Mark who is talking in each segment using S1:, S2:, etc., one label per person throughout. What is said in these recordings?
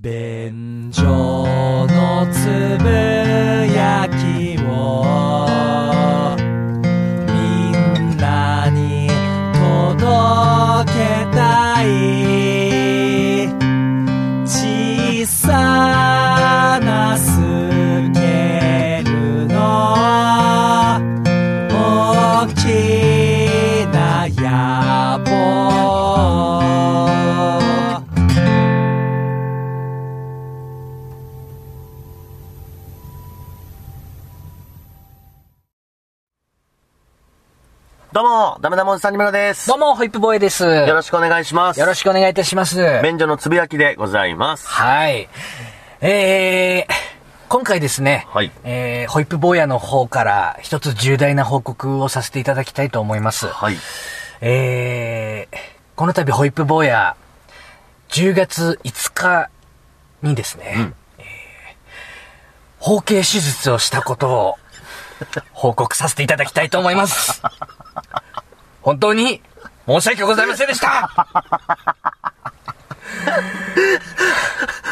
S1: 便所のつぶやきをみんなに届けたい小さなスケールの大きな野望
S2: どうも、ダメダモンさんにむらです。
S3: どうも、ホイップボーイです。
S2: よ
S3: よ
S2: ろしくお願いします。
S3: ろ
S2: し
S3: しくお願いいたします。
S2: く免除のつぶやきでございます。
S3: はい。えー、今回ですね、
S2: はい
S3: えー、ホイップ坊やの方から一つ重大な報告をさせていただきたいと思います。
S2: はい。
S3: えー、この度ホイップ坊や、10月5日にですね、えー包茎手術をしたことを報告させていただきたいと思います。本当に申し訳ございませんでした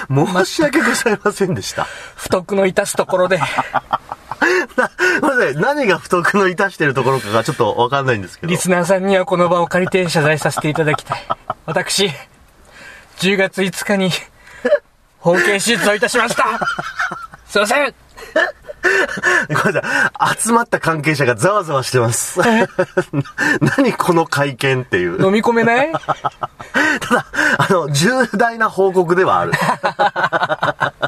S2: 申し訳ございませんでした。
S3: 不徳の致すところで、
S2: な、まず何が不徳の致してるところかがちょっとわかんないんですけど。
S3: リスナーさんにはこの場を借りて謝罪させていただきたい。私、10月5日に、包茎手術をいたしましたすいません
S2: ごめんなさい。集まった関係者がざわざわしてます。な 何この会見っていう。
S3: 飲み込めない
S2: ただ、あの、重大な報告で はある。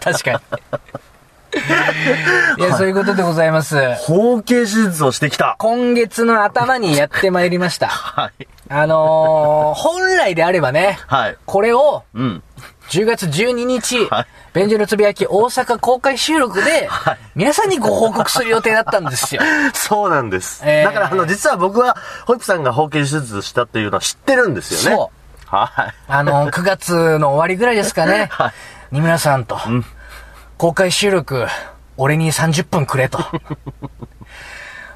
S3: 確かに。いや、そういうことでございます。
S2: 包茎手術をしてきた。
S3: 今月の頭にやってまいりました。
S2: はい。
S3: あのー、本来であればね、
S2: はい。
S3: これを
S2: うん。
S3: 10月12日、
S2: はい
S3: 便所のつぶやき大阪公開収録で、
S2: はい
S3: 皆さんにご報告する予定だったんですよ。
S2: そうなんです。
S3: えー
S2: だから、あの、実は僕は、ホイップさんが包茎手術したっていうのは知ってるんですよね。。
S3: そう
S2: はい。
S3: あの、9月の終わりぐらいですかね、
S2: はい
S3: 二村さんと、公開収録、俺に30分くれと。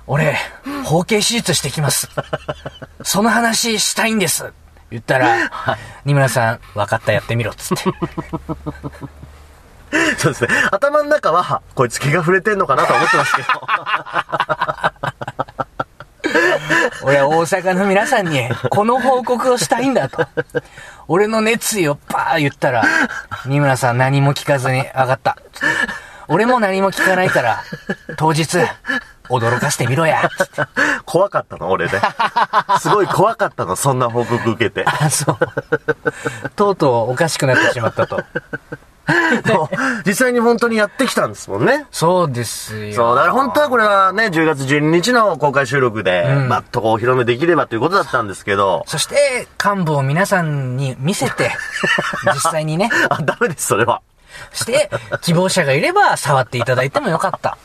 S3: 俺、包茎手術してき ます。その話したいんです。言ったら、二村さん、分かったやってみろ、つって。
S2: そうですね。頭の中は、こいつ毛が触れてんのかなと思ってますけど。
S3: 俺は大阪の皆さんに、この報告をしたいんだと。俺の熱意をパー言ったら、二村さん何も聞かずに、上がった。つって俺も何も聞かないから、当日、驚かせてみろや。つって
S2: 怖かったの、 俺ね。すごい怖かったの、そんな報告受けて。
S3: あ、そう。とうとうおかしくなってしまったと。
S2: もう実際に本当にやってきたんですもんね。
S3: そうですよ。
S2: そう、だから本当はこれはね、10月12日の公開収録で、バッとこうお披露目できればということだったんですけど、
S3: そして、幹部を皆さんに見せて、実際にね。
S2: あ、ダメです、それは。
S3: そして、希望者がいれば触っていただいてもよかった。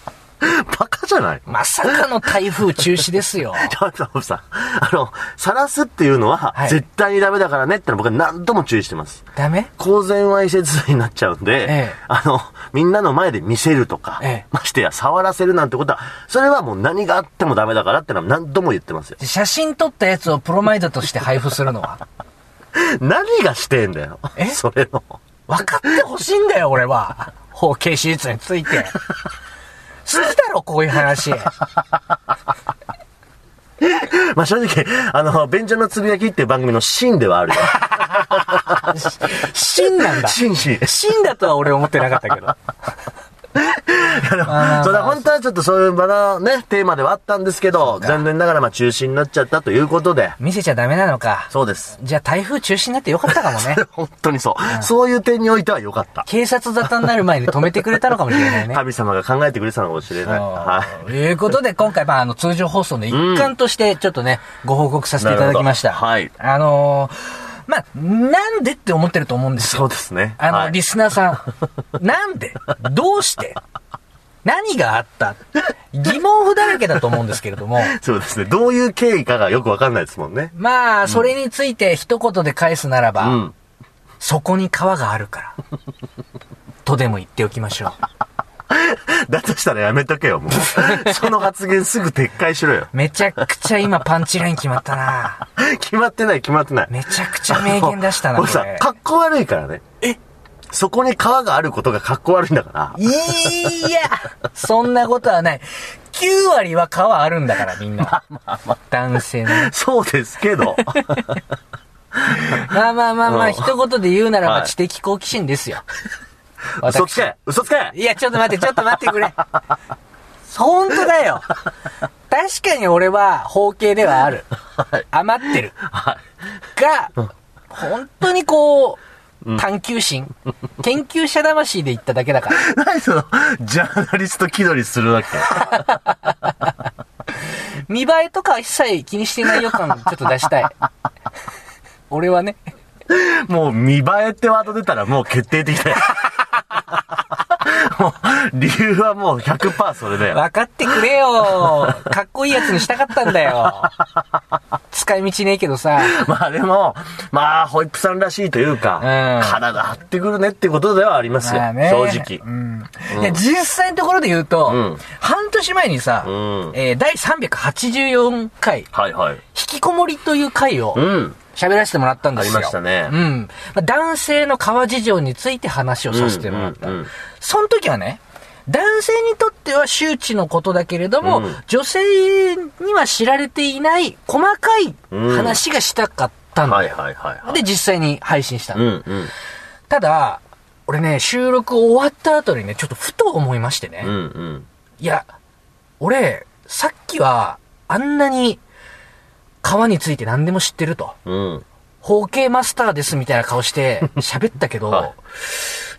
S2: バカじゃない
S3: まさかの台風中止ですよ。
S2: ちょっとホップさん、あの、晒すっていうのは
S3: は、い
S2: 絶対にダメだからねってのは僕は何度も注意してます。
S3: ダメ
S2: 公然わいせつ罪になっちゃうんで、
S3: ええ
S2: あの、みんなの前で見せるとか、
S3: ええ
S2: ましてや触らせるなんてことは、それはもう何があってもダメだからってのは何度も言ってますよ。
S3: 写真撮ったやつをプロマイドとして配布するの は、
S2: 何がしてんだよ。
S3: え
S2: それの。
S3: 分かってほしいんだよ、俺は。包茎手術について。好きだろ、こういう話。
S2: まあ、正直、あの、便所のつぶやきっていう番組のシーンではあるよ。
S3: 真なんだ。
S2: シーンシーン。
S3: 真だとは俺思ってなかったけど。
S2: それは本当はちょっとそういう場のね、テーマではあったんですけど、残念ながらまあ中止になっちゃったということで、
S3: 見せちゃダメなのか。
S2: そうです。
S3: じゃあ台風中止になってよかったかも ね。
S2: 本当にそう。そういう点においては良かった。
S3: 警察沙汰になる前に止めてくれたのかもしれ ないね。
S2: 神様が考えてくれてたのかもしれない。はい。
S3: ということで、今回、まあ、あの、通常放送の一環として、ちょっとね、ご報告させていただきました。
S2: なるほどはい
S3: あのーまあ、なんでって思ってると思うんですよ。
S2: そうですね。
S3: あの、
S2: はい
S3: リスナーさ ん、なんでどうして何があった疑問符だらけだと思うんですけれども、
S2: そうですね。どういう経緯かがよくわかんないですもんね。
S3: まあ、それについて一言で返すならば、
S2: うん。
S3: そこに川があるから。とでも言っておきましょう。
S2: だとしたらやめとけよ、もう。その発言すぐ撤回しろよ。
S3: めちゃくちゃ今パンチライン決まったな
S2: 決まってない、決まってない。
S3: めちゃくちゃ名言出したな、
S2: も
S3: こ
S2: うさ
S3: れ、。
S2: かっこ悪いからね。
S3: え
S2: そこに川があることが格好悪いんだから。
S3: いや、そんなことはない。9割は皮あるんだから、みんな。男性ね。
S2: そうですけど。
S3: まあまあまあま
S2: う
S3: あ、
S2: ん
S3: 一言で言うならば
S2: はい
S3: 知的好奇心ですよ。
S2: 嘘つ
S3: 私
S2: け嘘つけ
S3: いや、ちょっと待って、ちょっと待ってくれ。本当だよ。確かに俺は、方形ではある。余ってる。が、本当にこう、探求心、研究者魂で言っただけだから。
S2: 何その、ジャーナリスト気取りするわけ。
S3: 見栄えとかは一切気にしてない予感ちょっと出したい。俺はね。
S2: もう見栄えってワード出たらもう決定的だよ。 もう、理由はもう100%それだよ。
S3: 分かってくれよ。かっこいいやつにしたかったんだよ。使い道ねえけどさ。
S2: まあでも、まあ、ホイップさんらしいというか、
S3: うん
S2: 体張ってくるねってことではありますよ。
S3: まあね
S2: 正直
S3: う。ん。いや、実際のところで言うと、
S2: うん
S3: 半年前にさ、
S2: うん
S3: えー第384回、引
S2: はいはい。
S3: きこもりという回を
S2: うん。
S3: 喋らせてもらったんですよ。
S2: ありましたね
S3: うん。まあ男性の川事情について話をさせてもらった。
S2: うんうんうん
S3: その時はね、男性にとっては周知のことだけれども、
S2: うん
S3: 女性には知られていない細かい話がしたかったの
S2: はい
S3: よ。
S2: はいはいはい。
S3: で、実際に配信したの
S2: うんうん。
S3: ただ、俺ね、収録終わった後にね、ちょっとふと思いましてね。
S2: うんうん。
S3: いや、俺、さっきは、あんなに、川について何でも知ってると。
S2: うん。
S3: 包茎マスターですみたいな顔して 喋ったけど、
S2: はい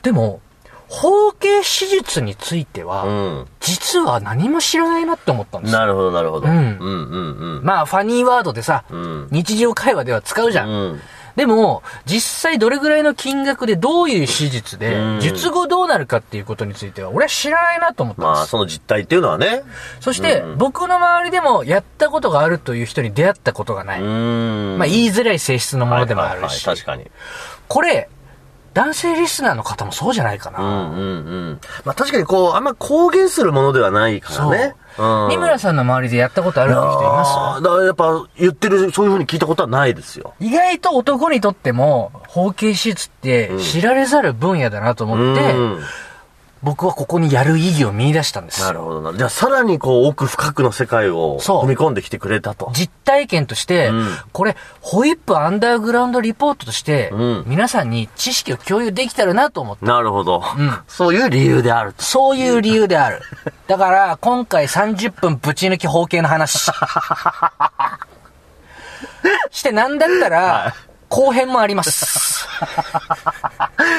S3: でも、包茎手術については、
S2: うん。
S3: 実は何も知らないなって思ったんですよ。
S2: なるほどなるほど。
S3: う
S2: うんんうんうん。
S3: まあ、ファニーワードでさ、
S2: うん
S3: 日常会話では使うじゃ。
S2: うんん。
S3: でも、実際どれぐらいの金額でどういう手術で
S2: う、ん
S3: 術後どうなるかっていうことについては、俺は知らないなと思ったん
S2: ま
S3: で
S2: あ、
S3: す。
S2: その実態っていうのはね。
S3: そして、
S2: うん
S3: 僕の周りでもやったことがあるという人に出会ったことがな
S2: う
S3: い。
S2: ん。
S3: まあ、
S2: い
S3: 言いづらい性質のものでもあるし。
S2: 確かに。
S3: これ、男性リスナーの方もそうじゃないか
S2: う
S3: な。
S2: んうんうん。まあ確かにこう、あんま公言するものではないからね。
S3: そう。三村
S2: さ
S3: さんの周りでやったことあるって人います
S2: だからやっぱ言ってる、そういうふうに聞いたことはないですよ。
S3: 意外と男にとっても、包茎手術って知られざる分野だなと思って、
S2: うん
S3: 僕はここにやる意義を見出したんですよ。
S2: なるほどな。じゃあさらにこう、奥深くの世界を
S3: そう
S2: 踏み込んできてくれたと。
S3: 実体験として、
S2: うん
S3: これ、ホイップアンダーグラウンドリポートとして、
S2: うん
S3: 皆さんに知識を共有できたらなと思って、
S2: なるほど
S3: ん。
S2: そういう理由であると。
S3: そういう理由である。だから、今回30分ぶち抜き包茎の話。して、なんだったら、後編もあります。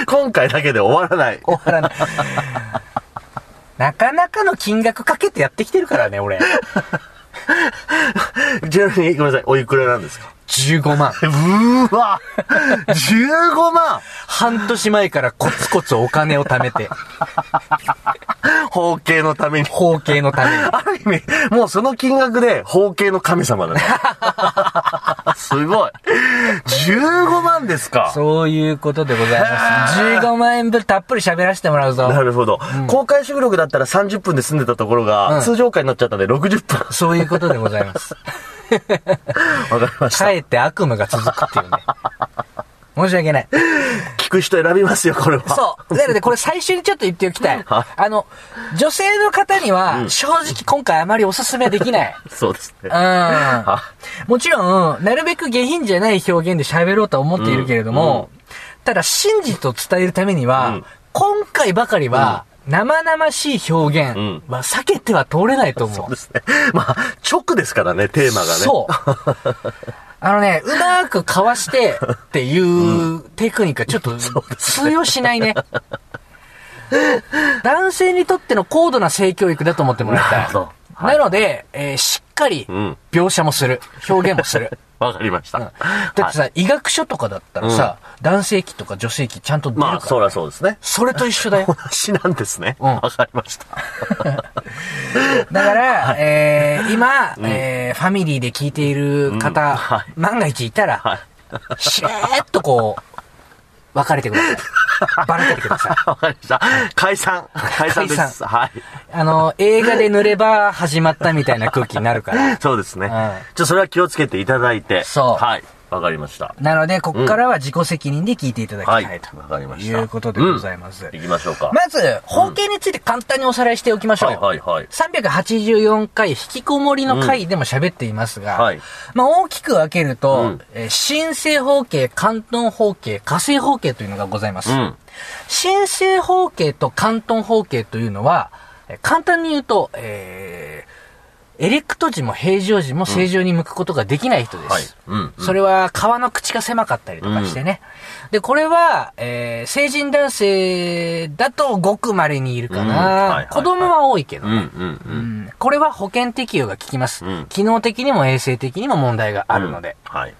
S2: 今回だけで終わらない。
S3: 終わらない。なかなかの金額かけてやってきてるからね、俺。
S2: ちなみに、ごめんなさい、おいくらなんですか
S3: 15万。
S2: うー わ !15 万
S3: 半年前からコツコツお金を貯めて、
S2: 包茎のために。
S3: 包茎のために。
S2: ある意味、もうその金額で、包茎の神様だね。 すごい。15万ですか。
S3: そういうことでございます。
S2: へー
S3: 15万円分たっぷり喋らせてもらう
S2: な
S3: ぞ。
S2: るほど、公開収録だったら30分で済んでたところが、
S3: うん
S2: 通常回になっちゃったんで60分。
S3: そういうことでございます。
S2: わかりました。
S3: かえって悪夢が続くっていうね。申し訳ない。
S2: 聞く人選びますよ、これは。
S3: そう。なので、これ最初にちょっと言っておきたい。
S2: はい
S3: あの、女性の方には、正直今回あまりおすすめでき ない。
S2: そうですね。
S3: うん。もちろん、なるべく下品じゃない表現で喋ろうとは思っているけれども、ただ真実を伝えるためには、
S2: うん
S3: 今回ばかりは、生々しい表現
S2: うん
S3: は避けては通れないと思う。
S2: そうですね。まあ、直ですからね、テーマがね。
S3: そう。 あのね、うまくかわしてっていうテクニックはちょっと通用しないね。 男性にとっての高度な性教育だと思ってもらいたい。
S2: なるほど
S3: なので、えーしっかり
S2: うん
S3: 描写もする。表現も する。
S2: う。わかりました。
S3: うんだってさ、医学書とかだったらさ、男性器とか女性器ちゃんと出るから、
S2: まあ、そらそうですね。
S3: それと一緒 だよ。
S2: 詩なんですね。
S3: うん
S2: わ、かりました。
S3: だから、えー今、えーファミリーで聞いている方、
S2: うんはい
S3: 万が一いたら、
S2: はい。
S3: しれーっとこう、別れてください。バラけてください。
S2: わかりました。解散。解散で
S3: 解
S2: す。
S3: 散
S2: はい。
S3: あの、映画で塗れば始まったみたいな空気になるから。
S2: そうですね。
S3: ん
S2: じゃあそれは気をつけていただいて。
S3: そう
S2: はい。わかりました。
S3: なので、ここからは自己責任で聞いていただきた
S2: はいい
S3: と。
S2: わかりました
S3: いうことでございます。
S2: 行きましょうか。
S3: まず、法形について簡単におさらいしておきましょう。
S2: はいはいはい。
S3: 384回引きこもりの回でも喋っていますが、
S2: はい
S3: まあ大きく分けると、
S2: うん
S3: えー新生方形、関東方形、火星方形というのがございます。
S2: うん。
S3: 新生方形と関東方形というのは、えー簡単に言うと、えーエレクト時も平常時も正常に向くことができない人です。
S2: はい。うん。
S3: それは皮の口が狭かったりとかしてね。で、これは、えー成人男性だとごく稀にいるか
S2: うんはいはいは。
S3: ない子供は多いけど
S2: うん
S3: ね。
S2: うんう。
S3: うんんこれは保険適用が効きます。
S2: うん
S3: 機能的にも衛生的にも問題があるので。
S2: はい。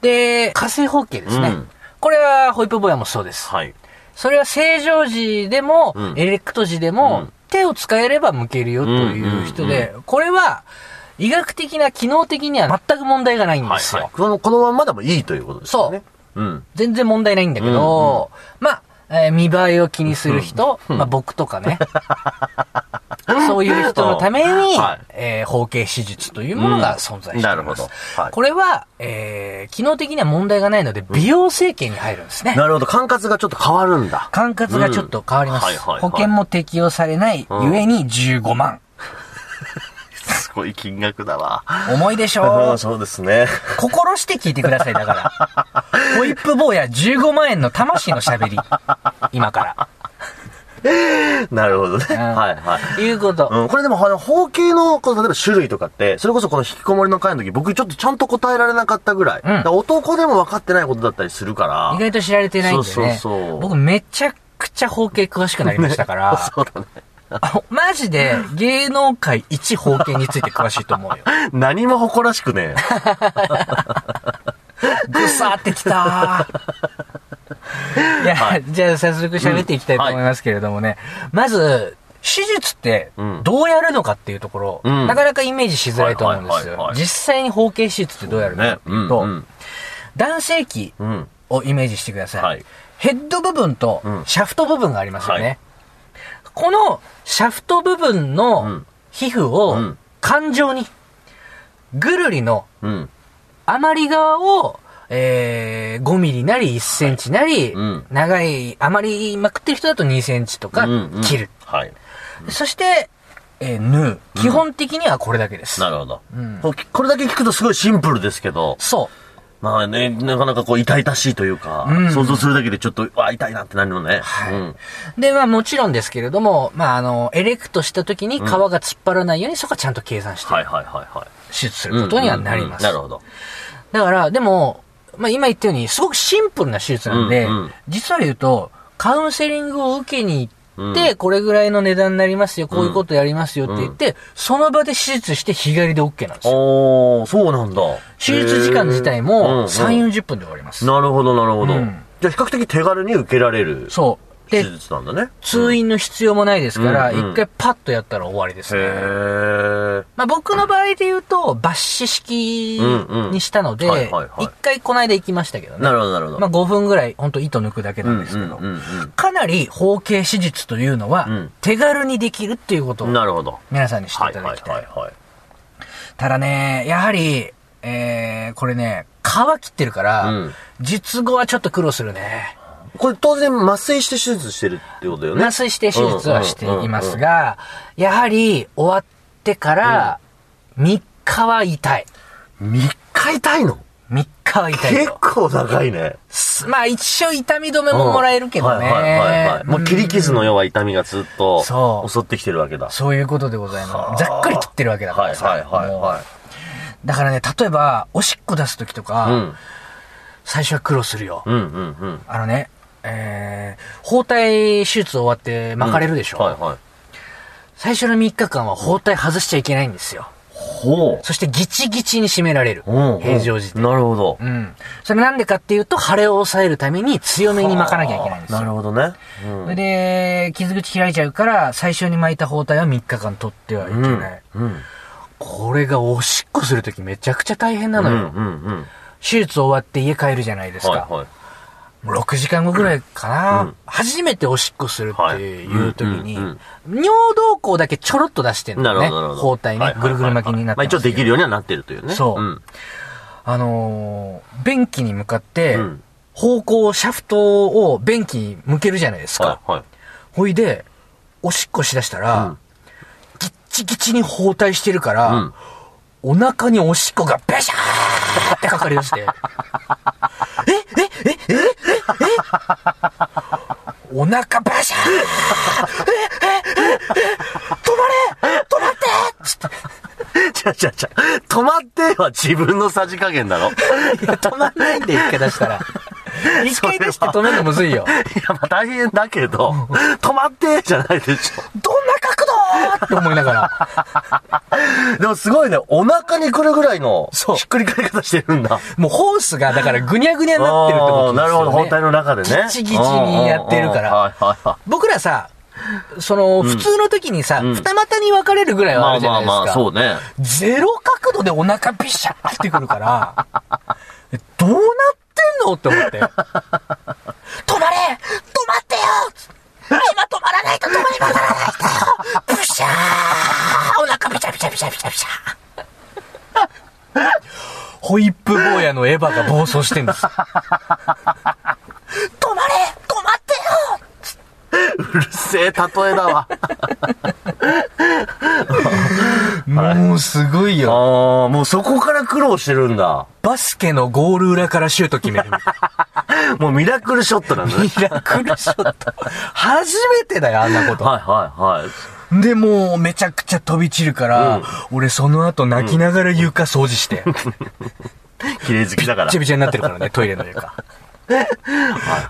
S3: で、火星方形ですね。
S2: うん
S3: これはホイップボヤもそうです。
S2: はい。
S3: それは正常時でも、
S2: うん
S3: エレクト時でも、
S2: うん
S3: 手を使えれば向けるよという人で、これは医学的な、機能的には全く問題がないん
S2: は
S3: で
S2: い
S3: すよ。
S2: はい。この、このまんまでもいいということですよね。そう。うん。
S3: 全然問題ないんだけど、まあ、えー見栄えを気にする人、まあ僕とかね。そういう人のために、
S2: はい
S3: えー包茎手術というものが存在しています。
S2: うんなるほどはい
S3: これは、えー機能的には問題がないので、美容整形に入るんですね。
S2: なるほど。管轄がちょっと変わるんだ。
S3: 管轄がちょっと変わります。
S2: うんはいはいはい
S3: 保険も適用されない、
S2: うん
S3: ゆえに15万。
S2: すごい金額だわ。
S3: 重いでし
S2: う
S3: ょ
S2: ん そうですね。
S3: 心して聞いてください、だから。ホイップ坊や15万円の魂の喋り。今から。
S2: なるほどね。
S3: うん
S2: はいはい。
S3: いうこと。
S2: うん、これでも、あの、包茎の、この、例えば種類とかって、それこそこの引きこもりの回の時、僕ちょっとちゃんと答えられなかったぐらい。だから男でも分かってないことだったりするから。
S3: 意外と知られてないんでね。
S2: そうそうそう
S3: 僕めちゃくちゃ包茎詳しくなりましたから。
S2: そうだね。
S3: あのマジで芸能界一包茎について詳しいと思うよ。
S2: 何も誇らしくね
S3: ぐさってき たいや、じゃあ早速喋っていきたいと思いますけれどもね。まず、手術って
S2: うん
S3: どうやるのかっていうところ、
S2: うん
S3: なかなかイメージしづらいと思うんです
S2: はいはいはい
S3: よ
S2: は。い
S3: 実際に包茎手術ってどうや
S2: え。
S3: るのか
S2: ね
S3: っ。て
S2: う。
S3: いうんと、
S2: うん。
S3: 男性器
S2: うん。
S3: をイメージしてください。
S2: はい
S3: ヘッド部分と
S2: うん
S3: シャフト部分がありますよね。
S2: はい
S3: このシャフト部分
S2: う
S3: の
S2: ん
S3: 皮膚を
S2: うん
S3: 感情に、ぐるりの
S2: うん。
S3: 余り側を、えー、5ミリなり1センチなり、
S2: うん
S3: 長い、余りまくってる人だと2センチとか
S2: うんうん
S3: 切る。
S2: はい。
S3: そして、えー、縫う。基本的にはこれだけです。
S2: なるほど。
S3: うん
S2: こうこれだけ聞くとすごいシンプルですけど、
S3: そ
S2: まあね、なかなかこう痛々しいというか、
S3: うん
S2: 想像するだけでちょっと、あ、痛いなってなるのね。
S3: はい
S2: うん。
S3: う。で、まあもちろんですけれども、まああの、エレクトした時に皮が突っ張らないようにそこはちゃんと計算して
S2: はいはいはいはい。
S3: 手術することにはなります。
S2: うんうんうんなるほど。
S3: だから、でも、まあ、今言ったように、すごくシンプルな手術なんで、
S2: うんうん
S3: 実は言うと、カウンセリングを受けに行って、
S2: う
S3: これぐらいの値段になりますよ、こういうことやりますよって言って、その場で手術して日帰りで OK なんですよ。
S2: おー、そうなんだ。
S3: 手術時間自体
S2: うんうん
S3: も3、40分で終わります。
S2: なるほど、なるほど。
S3: うん
S2: じゃあ、比較的手軽に受けられる
S3: そう。
S2: 手
S3: で、
S2: 術なんだね。
S3: 通
S2: 院。
S3: 院の必要もないですから、
S2: うんうん
S3: 一回パッとやったら終わりです
S2: へ
S3: ね。
S2: ー。
S3: まあ、僕の場合で言うと、抜歯式にしたので、
S2: うん
S3: 一、
S2: うんはいはいはい
S3: 回この間行きましたけどね。
S2: なるほど、なるほど。
S3: まあ、5分ぐらい、ほんと糸抜くだけ
S2: う
S3: なん
S2: ん、
S3: ですけど。
S2: うん、うん
S3: かなり包茎手術というのは、
S2: うん
S3: 手軽にできるっていうこと
S2: うん。
S3: を
S2: なるほど。
S3: 皆さんにして
S2: はいい、
S3: た
S2: は
S3: だ
S2: い、
S3: きたい。
S2: はい、はい。
S3: ただね、やはり、えー、これね、皮切ってるから、
S2: うん
S3: 術後はちょっと苦労するね。
S2: これ当然麻酔して手術してるってことだよね。
S3: 麻酔して手術はしていますが、やはり終わってから3日は痛い。
S2: うん。3日痛いの
S3: 3日は痛い
S2: 結
S3: よ。
S2: 構長いね。
S3: すまあ一応痛み止めももらえるけどね。
S2: はいはいはいはい。もう切り傷の要は痛みがずっと
S3: そう
S2: 襲ってきてるわけだ。
S3: そういうことでございます。ざっくり切ってるわけだか
S2: はい
S3: らさ。
S2: はいはい
S3: もう
S2: は
S3: だからね、例えば、おしっこ出すときとか、
S2: い。うん。
S3: 最初は苦労するよ。
S2: うんうんうん。
S3: あのね、えー、包帯手術終わって巻かれるでしょ、
S2: はいはい。
S3: 最初の3日間は包帯外しちゃいけないんですよ。
S2: ほ
S3: そしてギチギチに締められる。
S2: うん。
S3: 平常時で。
S2: なるほど
S3: う。ん。それなんでかっていうと、腫れを抑えるために強めに巻かなきゃいけないんですよ。
S2: なるほどね。
S3: それで、傷口開いちゃうから、最初に巻いた包帯は3日間取ってはいけ
S2: うん。
S3: ない。
S2: うん。
S3: これがおしっこするときめちゃくちゃ大変な
S2: うんう
S3: のよ。
S2: んうん。
S3: 手術終わって家帰るじゃないですか。
S2: はいはい。
S3: 6時間後ぐらいかな、
S2: うん
S3: 初めておしっこするっていう時に、
S2: はいうんうん
S3: 尿道口だけちょろっと出してん
S2: な
S3: の
S2: るほ
S3: ね。
S2: どなるほど。
S3: 包帯ね、
S2: はいはいはいはい
S3: ぐるぐる巻きになって
S2: ま
S3: ま
S2: あ
S3: す
S2: 一応できるようにはなってるというね。
S3: そう
S2: うん。
S3: あのー便器に向かって
S2: うん、
S3: 方向、シャフトを便器に向けるじゃないですか。
S2: はい、はい。
S3: ほいで、おしっこしだしたら、
S2: うん
S3: ギッチギチに包帯してるから、
S2: うん
S3: お腹におしっこがベシャーってかかりだして。えええええええお腹ベシャーええええええ止まれ止まってつって
S2: ちゃちゃちゃ、止まっては自分のさじ加減だろ。い
S3: いや止まんないんで、一回出したら。一回出して止めるのむずいよ。
S2: や、まあ大変だけど、止まってじゃないでし
S3: どんな角度って思いながら。
S2: ょ。でもすごいね、お腹に来るぐらいの、ひ
S3: そう
S2: っくり返り方してるんだ。
S3: もうホースが、だからぐにゃぐにゃになってるってことですよ、ね。
S2: あーなるほど、本体の中でね。
S3: ギチギチにやってるから
S2: うんうんうんはいはいは
S3: 僕らさ、その、普通の時にさ、
S2: うん
S3: 二股に分かれるぐらい
S2: い。ま
S3: はあ
S2: あ
S3: るじゃ
S2: ま
S3: な
S2: あ
S3: いですか。
S2: まあ、そうね。
S3: ゼロ角度でお腹ビシャーってくるから、えどうなってんのって思って。止まれ止まってよ今止まらないと止まりまらないんだよブシャーお腹ビシャビシャビシャビシャビシャホイップ坊やのエヴァが暴走してんです。止まれ止まってよ
S2: うるせえ例えだわ。
S3: もうすごいよ。
S2: ああ、もうそこから苦労してるんだ。
S3: バスケのゴール裏からシュート決めるみたい
S2: もうミラクルショットなんだ
S3: な。
S2: ね
S3: ミ。ラクルショット。初めてだよ、あんなこと。
S2: はいはいはい。
S3: で、もうめちゃくちゃ飛び散るから、俺その後泣きながら床掃除して、びっ
S2: 綺麗好きだから
S3: ちゃ。びちゃになってるからね、トイレの床。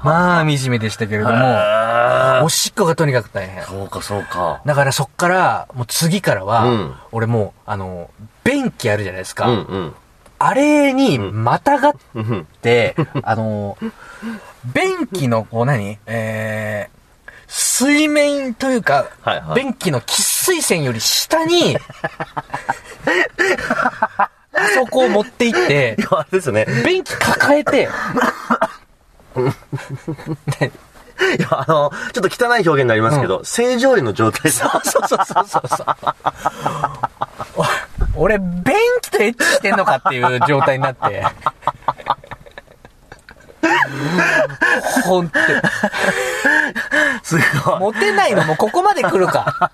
S3: まあ、惨めでしたけれども、
S2: あ
S3: おしっこがとにかく大変
S2: ー。そうかそうか。
S3: だからそっから、もう次からは、
S2: うん
S3: 俺もう、あの、便器あるじゃないですか。
S2: うんうん。
S3: あれにまたがっ
S2: うん
S3: て、 あの、便器の、こう何えー、水面というか、
S2: はいはい
S3: 便器の喫水線より下に、 あそこを持っていって、
S2: あれですよね。
S3: 便器抱えて、
S2: いや、あの、ちょっと汚い表現になりますけど、正常位の状態 さ。
S3: そうそうそうそうそう。お俺、便器とエッチしてんのかっていう状態になって。ほんと、
S2: すごい。
S3: モテないのもここまで来るか。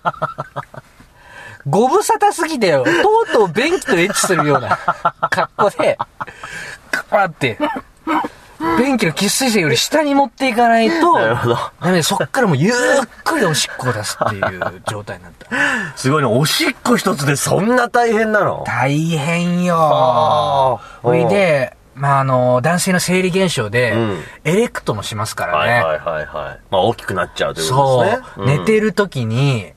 S3: ご無沙汰すぎてよ。とうとう便器とエッチするような格好で、ガーって、便器の喫水線より下に持っていかないと、
S2: なるほど
S3: ダメでそっからもうゆっくりおしっこを出すっていう状態になった。
S2: すごいね。おしっこ一つでそんな大変なの
S3: 大変
S2: あ
S3: よ。
S2: ー
S3: ほいで、まあ、あの、男性の生理現象で、
S2: うん
S3: エレクトもしますからね。
S2: はいはいはいはい。まあ大きくなっちゃうということ
S3: そう、
S2: ですね。
S3: 寝てる時に、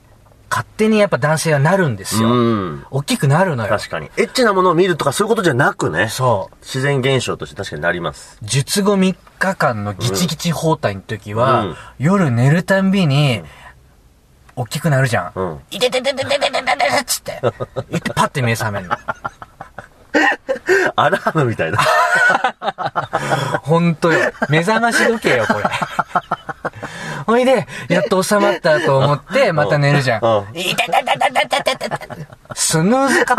S3: 勝手にやっぱ男性はなるんです
S2: う
S3: よ。
S2: ん。
S3: 大きくなるのよ。
S2: 確かに。エッチなものを見るとかそういうことじゃなくね。
S3: そう。
S2: 自然現象として確かになります。
S3: 術後3日間のギチギチ包帯の時は、
S2: うん
S3: 夜寝るたんびに、大きくなるじゃん。
S2: うん。
S3: いてててててててててっつって。いってパッて目覚めるの。
S2: アラームみたいな。
S3: ほんとよ。目覚まし時計よ、これ。 ほいで、やっと収まったと思って、また寝るじゃん。
S2: う
S3: いたたたたたたたたスヌーズか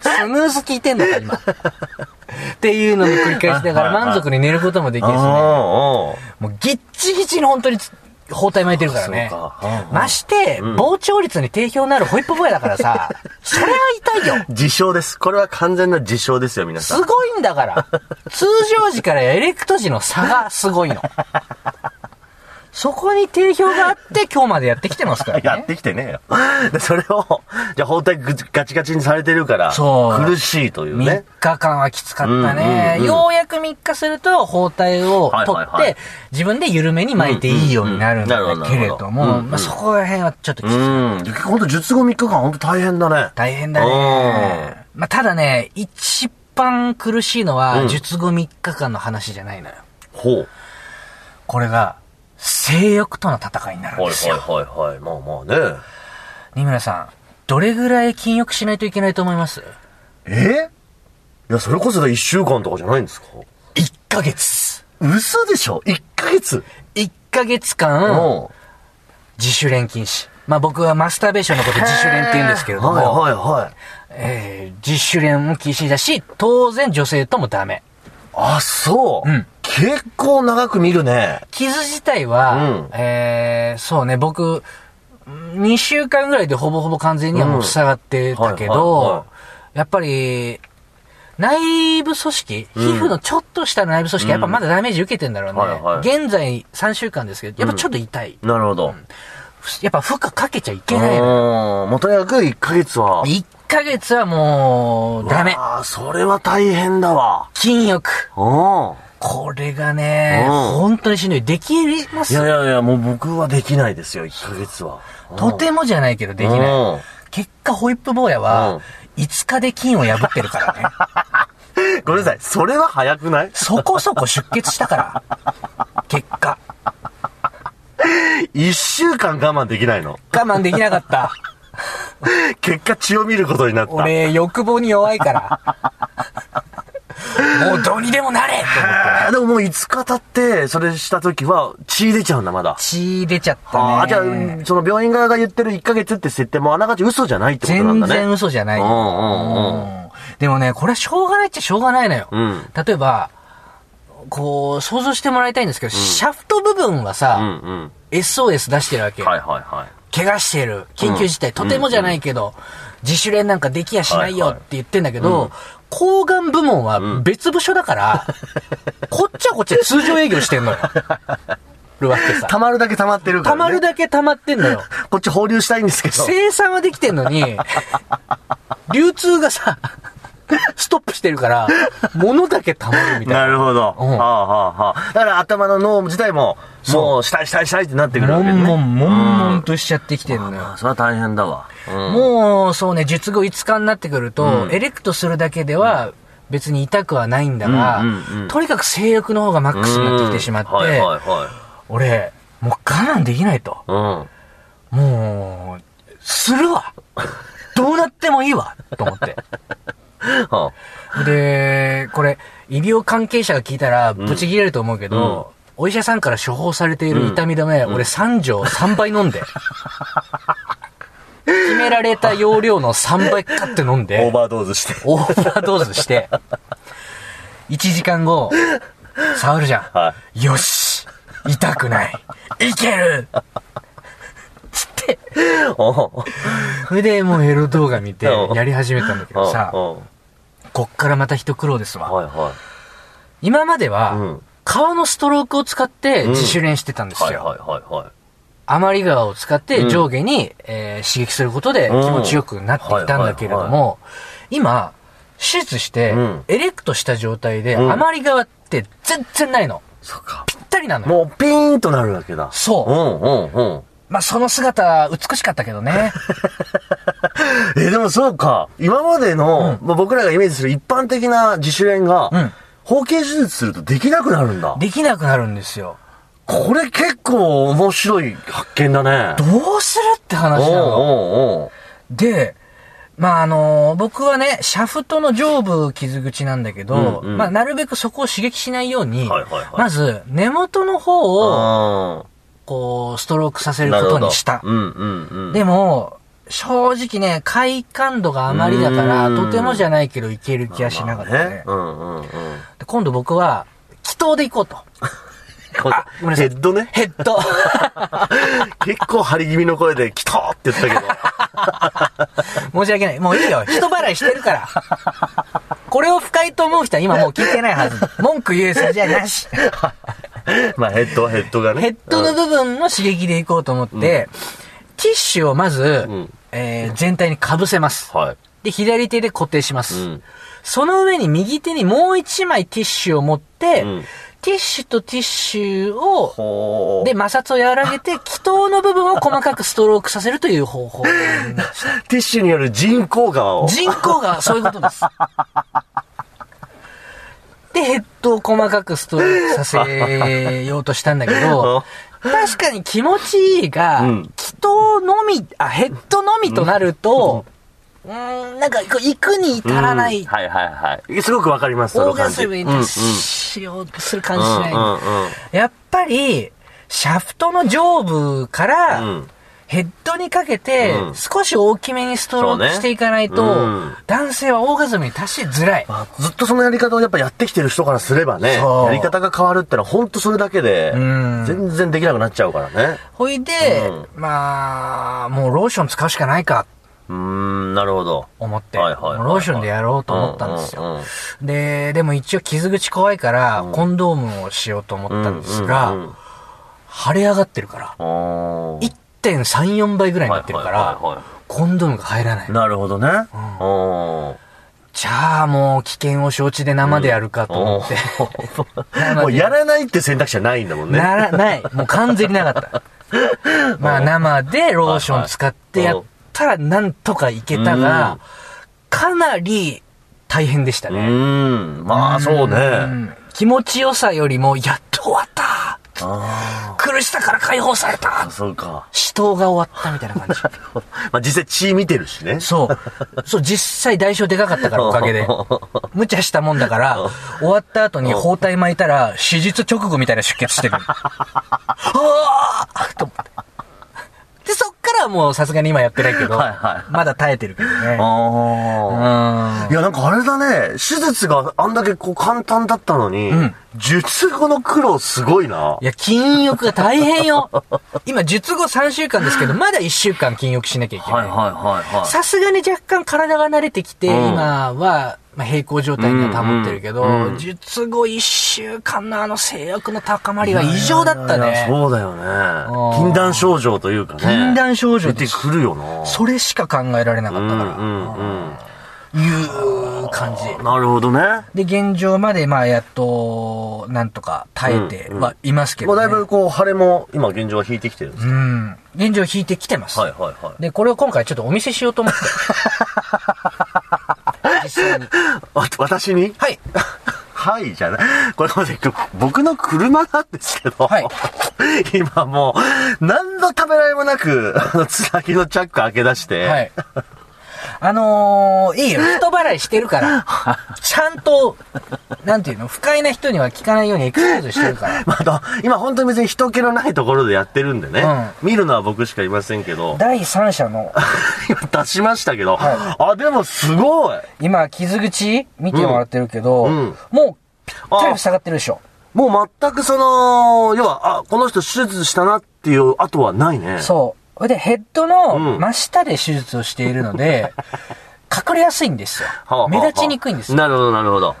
S3: と。スヌーズ聞いてんのか、今。っていうのを繰り返しながら満足に寝ることもでき
S2: あ
S3: るしね。
S2: あ、
S3: もうギッチギチに本当につ包帯巻いてるからね
S2: そうか。うん
S3: まして、膨張率に定評のあるホイップボーイだからさ、それは痛いよ。
S2: 自称です。これは完全な自称ですよ、皆さ
S3: す
S2: ん。
S3: ごいんだから。通常時からエレクト時の差がすごいの。そこに定評があって今日までやってきてますか
S2: や
S3: ら
S2: っ
S3: ね。
S2: てきてねえよ。で、それを、じゃあ包帯ぐガチガチにされてるから、
S3: そう
S2: 苦しいという
S3: 3
S2: ね。
S3: 日間はきつかったね。
S2: うんうんうん
S3: ようやく3日すると包帯を取って、
S2: はいはいはい
S3: 自分で緩めに巻いていいようになるん
S2: うんうんうん
S3: だ
S2: な
S3: け
S2: るほど
S3: れども、
S2: なるほどうんうん
S3: まあ、そこら辺はちょっときつい。
S2: うん。結構ほんと術後3日間ほんと大変だね。
S3: 大変だね。まあ、ただね、一番苦しいのは、
S2: うん
S3: 術後3日間の話じゃないのよ。
S2: ほう。
S3: これが、性欲との戦いになるん
S2: はい
S3: ですよ。
S2: はいはいはい。まあまあね。
S3: 二村さん、どれぐらい禁欲しないといけないと思います
S2: えいや、それこそ1週間とかじゃないんですか
S3: ?1 ヶ月。
S2: 嘘でしょ ?1 ヶ月
S3: 1ヶ月間、
S2: うん。
S3: 自主練禁止。まあ僕はマスターベーションのこと自主練って言うんですけれども、
S2: はいはいはい。
S3: えー、自主練も禁止だし、当然女性ともダメ。
S2: あ、そう。
S3: うん
S2: 結構長く見るね。
S3: 傷自体は、
S2: う
S3: えー、そうね、僕、2週間ぐらいでほぼほぼ完全にはもう塞がってたけ
S2: うんはいはい
S3: ど
S2: は、
S3: やっぱり、内部組織、皮膚のちょっとした内部組織、やっぱまだダメージ受けてんだろうね。
S2: はいはい
S3: 現在3週間ですけど、やっぱちょっと痛い。
S2: なるほど。
S3: やっぱ負荷かけちゃいけ
S2: う
S3: ないの。
S2: ーん。もうとにかく1ヶ月は。
S3: 1ヶ月はもう、ダメ。
S2: ああ、それは大変だわ。
S3: 禁欲。
S2: うん。
S3: これがね、
S2: うん
S3: 本当にしんどい。できま
S2: い
S3: す
S2: やいやいや、もう僕はできないですよ、1ヶ月は。
S3: とてもじゃないけどできない。
S2: うん
S3: 結果、ホイップ坊やは、5日で金を破ってるからね。
S2: ごめんなさい、それは早くない
S3: そこそこ出血したから。結果。
S2: ?1 週間我慢できないの。
S3: 我慢できなかった。
S2: 結果血を見ることになった。
S3: 俺、欲望に弱いから。 もうどうにでもなれと思って。
S2: あーでももう5日経って、それした時は血出ちゃうんだ、まだ。
S3: 血出ちゃったね。
S2: ああ、じゃあ、うんその病院側が言ってる1ヶ月って設定もあながち嘘じゃないってことなん
S3: 全
S2: だね。
S3: 然嘘じゃないよ。
S2: うんうんうん
S3: うんでもね、これはしょうがないっちゃしょうがないのよ。
S2: うん
S3: 例えば、こう、想像してもらいたいんですけど、シャフト部分はさ、
S2: うんうん。
S3: SOS 出してるわけ。
S2: はいはいはい。
S3: 怪我してる。緊急事態、とてもじゃないけど、自主練なんかできやしないよ
S2: はい
S3: っ
S2: はい
S3: て言ってんだけど、抗がん部門は別部署だ から、こっちはこっちで通常営業してんのよ。るわけさ。
S2: 溜まるだけ溜まってるか
S3: 溜
S2: ら、ね。
S3: まるだけ溜まってんのよ。
S2: こっち放流したいんですけど。
S3: 生産はできてんの に、流通がさ、ストップしてるから、物だけ溜まるみたいな。
S2: なるほど。は
S3: うん
S2: あはあはあ。だから頭の脳自体も、
S3: う
S2: もう、したいしたいしたいってなってくるわ
S3: も
S2: けね。
S3: んもん、もんも
S2: うん
S3: としちゃってきてるのよ
S2: あ。それは大変だわ。うん
S3: もう、そうね、術後5日になってくると、エレクトするだけでは、別に痛くはないんだが、
S2: うんうんうん
S3: とにかく性欲の方がマックスになってきてしまって、
S2: はいはいは
S3: 俺、もう我慢できないと。
S2: い。
S3: もう、する わどうなってもいいわと思って。
S2: うん。は
S3: で、これ、医療関係者が聞いたら、ブチ切れると思うけど、お医者さんから処方されている痛み止め、俺3錠3倍飲んで。 決められた容量の3倍かって飲ん
S2: あオー
S3: で、
S2: バードーズして。
S3: オーバードーズして、1時間後、触るじゃ
S2: は
S3: ん。よし痛くないいけるつって、
S2: お
S3: それでもうエロ動画見て、やり始めたんだけど
S2: さ
S3: さ、こっからまた一苦労ですわ。
S2: はいは
S3: 今までは、
S2: うん
S3: 川のストロークを使って自主練してたんで
S2: い。
S3: すよ。
S2: はいはいはいはい。
S3: 余り川を使って上下に、えー刺激することで気持ちよくなっていたんだけれど
S2: うんはいは
S3: も、今、手術して、
S2: うん
S3: エレクトした状態で、
S2: うん
S3: 余り川って全然ないの。
S2: そっか。
S3: ぴったりなのよ。
S2: もうピーンとなるわけだ。。
S3: そう
S2: うんうんうん。
S3: まあ、その姿、美しかったけどね。
S2: え、でもそうか。今までの、まあ僕らがイメージする一般的な自主練が、
S3: うん
S2: 包茎手術するとできなくなるんだ。
S3: できなくなるんですよ。
S2: これ結構面白い発見だね。
S3: どうするって話なの。
S2: おうおうおう
S3: で、まああの僕はね、シャフトの上部傷口なんだけど、
S2: うんうん
S3: まあなるべくそこを刺激しないように、
S2: はいはいはい
S3: まず根元の方を、
S2: あ
S3: こう、ストロークさせ
S2: ー
S3: る
S2: な
S3: こ
S2: る
S3: と
S2: ほど
S3: にした。
S2: うんうんうん。
S3: でも、正直ね、快感度があまりだから、
S2: うん
S3: とてもじゃないけどいける気がしなかったね。
S2: うんうんうん。
S3: で今度僕は、祈祷で行こうと。
S2: ご
S3: あごめんなさ
S2: ヘ
S3: い
S2: ッドね。
S3: ヘッ ド。
S2: 結構張り気味の声で、来たって言った けど。
S3: 申し訳ない。もういいよ。人払いしてるから。これを不快と思う人は今もう聞いてないはず。 文句言う筋合いなし。
S2: まあヘッドはヘッドがね。
S3: ヘッドの部分の刺激でいこうと思って、ティッシュをまず、
S2: ん
S3: えー全体にかぶせます。
S2: はい。
S3: で、左手で固定します。
S2: うん
S3: その上に右手にもう一枚ティッシュを持って、
S2: うん
S3: ティッシュとティッシュを、
S2: ほ
S3: で、摩擦を和らげ て、気筒の部分を細かくストロークさせるという方法になりました。
S2: ティッシュによる人工側を。
S3: 人口がそういうことです。で、ヘッドを細かくストロークさせようとしたんだけ ど、確かに気持ちいいが、
S2: うん
S3: 気筒のみ、あ、ヘッドのみとなると、うーん、なんか、こう行くに至らない、
S2: うんはいはいはい。すごくわかります、そ
S3: オ
S2: の
S3: ーガ
S2: 感じ。
S3: ズムに
S2: うん
S3: 達しようとする感じしない。
S2: うんうんうん
S3: やっぱり、シャフトの上部から、
S2: うん
S3: ヘヘッドにかけて
S2: う、ん
S3: 少し大きめにストロークしていかないと、
S2: そうねうん
S3: 男性はオーガズムに達しづらい。
S2: まあずっとそのやり方をやっぱやってきてる人からすればね、
S3: そう
S2: やり方が変わるってのは本当それだけで、
S3: ん
S2: 全然できなくなっちゃうからね。
S3: ほいで、まあ、もうローション使うしかないか、
S2: うーん、なるほど。
S3: 思って、
S2: はいはいはいはい
S3: もうローションでやろうと思ったんですよ。
S2: うんうんうん
S3: で、でも一応傷口怖いから、コンドームをしようと思ったんですが、
S2: うんうんうん
S3: 腫れ上がってるから、
S2: あー
S3: 1.34倍ぐらいになってるから、
S2: はいはいはいは
S3: コンドームが入らない。
S2: なるほどね。うん
S3: じゃあもう危険を承知で生でやるかと思って。生で
S2: もうやらないって選択肢はないんだもんね。
S3: なら、ない。もう完全になか った。まあ生でローション使ってやったらなんとかいけた
S2: う
S3: が
S2: ん、
S3: かなり大変でした
S2: う
S3: ね。
S2: ーん、まあそうね。
S3: うん気持ちよさよりも、やっと終わった
S2: あ
S3: 苦しさから解放された
S2: あ、そうか。
S3: 死闘が終わったみたいな感じ。
S2: まあ実際血見てるしね。
S3: そう。そう、実際代償でかかったから、おかげで。無茶したもんだから、終わった後に包帯巻いたら、手術直後みたいな出血して る。ああと思って。で、そっからはもうさすがに今やってないけど、
S2: はいは
S3: まだ耐えてるけどね。う
S2: ああ。
S3: ん
S2: い。や、なんかあれだね。手術があんだけこう簡単だったのに、
S3: ん
S2: 術後の苦労すごいな。
S3: いや、禁欲が大変よ。今、術後3週間ですけど、まだ1週間禁欲しなきゃいけない。
S2: はいは
S3: さすがに若干体が慣れてきて、
S2: ん
S3: 今は、まあ、平行状態には保ってるけど、
S2: うんうん
S3: 術後一週間のあの性欲の高まりは異常だった
S2: いや
S3: ね。
S2: そうだよね。禁断症状というかね。
S3: 禁断症状
S2: 出てくるよな。
S3: それしか考えられなか
S2: う
S3: っ
S2: ん
S3: た
S2: う
S3: か
S2: んうん。
S3: ら、いう感じ。
S2: なるほどね。
S3: で、現状まで、まあ、やっと、なんとか耐えてはいますけ
S2: も
S3: ど
S2: うだ
S3: ね。
S2: いぶこう、腫れも今現状は引いてきてるんです
S3: うん。現状引いてきてます。
S2: はいはいはい。
S3: で、これを今回ちょっとお見せしようと思 って。実際に。
S2: わ私に
S3: はい。
S2: はい、じゃない。これまで僕の車なんですけど、
S3: はい
S2: 今もう、何のためらいもなく、あの、つなぎのチャック開け出して、
S3: はい。 あのー、いいよ。人払いしてる から。ちゃんと、なんていうの、不快な人には聞かないようにエクスポーズしてる から。
S2: まあ、あと今本当に別に人気のないところでやってるんでね、
S3: う
S2: 見るのは僕しかいませんけど、
S3: 第三者の、
S2: 今出しましたけど、
S3: は
S2: あ、でもすごい
S3: 今、傷口見てもらってるけど、
S2: うんうん
S3: もう、ぴったり塞がってるでしょ。
S2: もう全くその、要は、あ、この人手術したなっていう後はないね。
S3: そう。それで、ヘッドの
S2: うん
S3: 真下で手術をしているの で、隠れやすいんですよ
S2: はあはあ。は
S3: 目
S2: あ
S3: 立ちにくいんですよ。
S2: なるほど、なるほど。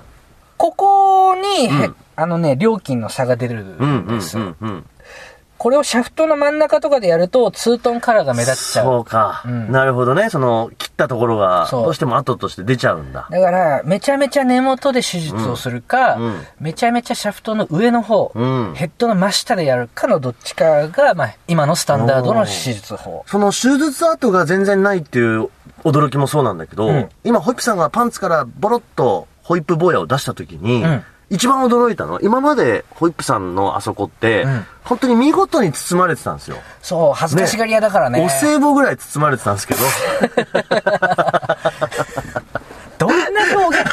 S3: ここに、へ
S2: うん
S3: あのね、料金の差が出る
S2: うん、
S3: ん
S2: うん、
S3: です
S2: う
S3: よ。
S2: ん、うん。
S3: これをシャフトの真ん中とかでやると、ツートンカラーが目立っちゃう。
S2: そうか、
S3: うん
S2: なるほどね。その、切ったところが、
S3: そう
S2: どうしても後として出ちゃうんだ。
S3: だから、めちゃめちゃ根元で手術をするか、
S2: うんうん
S3: めちゃめちゃシャフトの上の方、
S2: うん
S3: ヘッドの真下でやるかのどっちかが、まあ、今のスタンダードの手術法。
S2: その手術跡が全然ないっていう驚きもそうなんだけど、
S3: うん
S2: 今、ホイップさんがパンツからボロッとホイップ坊やを出した時に、
S3: うん
S2: 一番驚いたのは、今までホイップさんのあそこって、
S3: うん
S2: 本当に見事に包まれてたんですよ。
S3: そう、恥ずかしがり屋だからね。
S2: お歳暮ぐらい包まれてたんですけど、
S3: どんな表現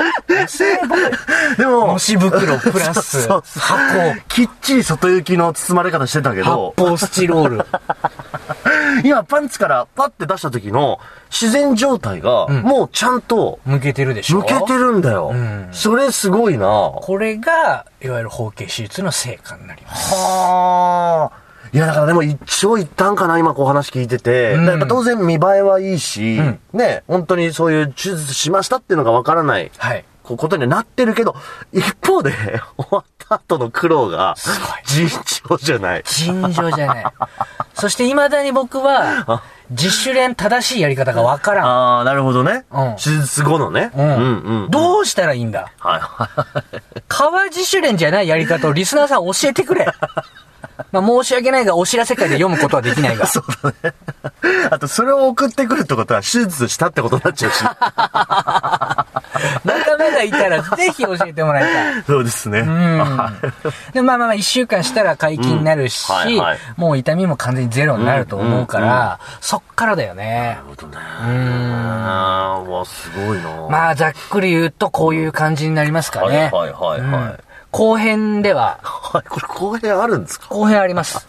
S3: お歳暮
S2: でも
S3: の、し袋プラス、
S2: そうそう
S3: 箱、
S2: きっちり外行きの包まれ方してたけ
S3: 発
S2: ど、
S3: 泡スチロール。
S2: 今パンツからパッて出した時の自然状態が、
S3: ん
S2: もうちゃんと
S3: 向けてるでしょ
S2: 抜けてるんだよ。
S3: ん
S2: それすごいな
S3: これが、いわゆる包茎手術の成果になります。
S2: はあ。いや、だからでも一長一短かな、今こう話聞いてて。
S3: うん
S2: やっぱ当然見栄えはいいし、
S3: ん
S2: ね、本当にそういう手術しましたっていうのがわからない。
S3: はい。
S2: こことにはなってるけど、一方で、 終わった後の苦労が
S3: すごい、
S2: 尋常じゃない。
S3: 尋常じゃ ない。そして未だに僕は、自主練正しいやり方がわからん。
S2: ああ、なるほどね。
S3: うん
S2: 手術後のね。
S3: う
S2: う
S3: ん。
S2: んうん。
S3: どうしたらいいんだ
S2: はいはい。
S3: 川自主練じゃないやり方をリスナーさん教えて くれ。まあ申し訳ないが、お知らせ会で読むことはできないが。
S2: あと、それを送ってくるってことは、手術したってことになっちゃう し。
S3: 仲間がいたらぜひ教えてもらい たい。
S2: そうですね。
S3: うん。で、まあまあまあ、一週間したら解禁になるし、
S2: うんはいはい
S3: もう痛みも完全にゼロになると思うから、そっからだよね。
S2: なるほどね。うん。わ、すごいな
S3: まあ、ざっくり言うと、こういう感じになりますか
S2: はい
S3: ね。
S2: はいはい
S3: うん
S2: はい。
S3: 後編では、
S2: はい、これ公平あるんですか
S3: 後編あります。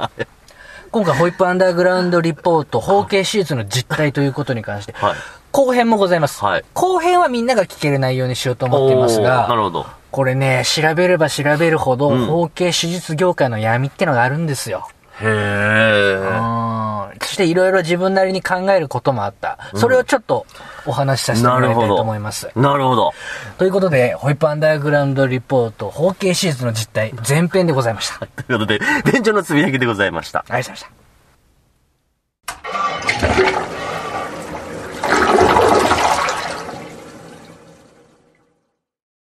S3: 今回ホイップアンダーグラウンドリポート、包茎手術の実態ということに関して、
S2: はい
S3: 後編もございます、
S2: はい
S3: 後編はみんなが聞ける内容にしようと思っています
S2: おーなる
S3: が、
S2: ほど。
S3: これね、調べれば調べるほど、
S2: ん
S3: 包茎手術業界の闇ってのがあるんですよ。
S2: へえ。
S3: うんそしていろいろ自分なりに考えることもあった。それをちょっとお話しさせても
S2: な
S3: ら
S2: る
S3: いた
S2: ほ
S3: いと
S2: ど。
S3: 思います。
S2: なるほど。
S3: ということで、ホイップアンダーグラウンドリポート、包茎手術の実態、前編でございました。ありがと
S2: ということで、店長のつぶやきでございました。
S3: うございました。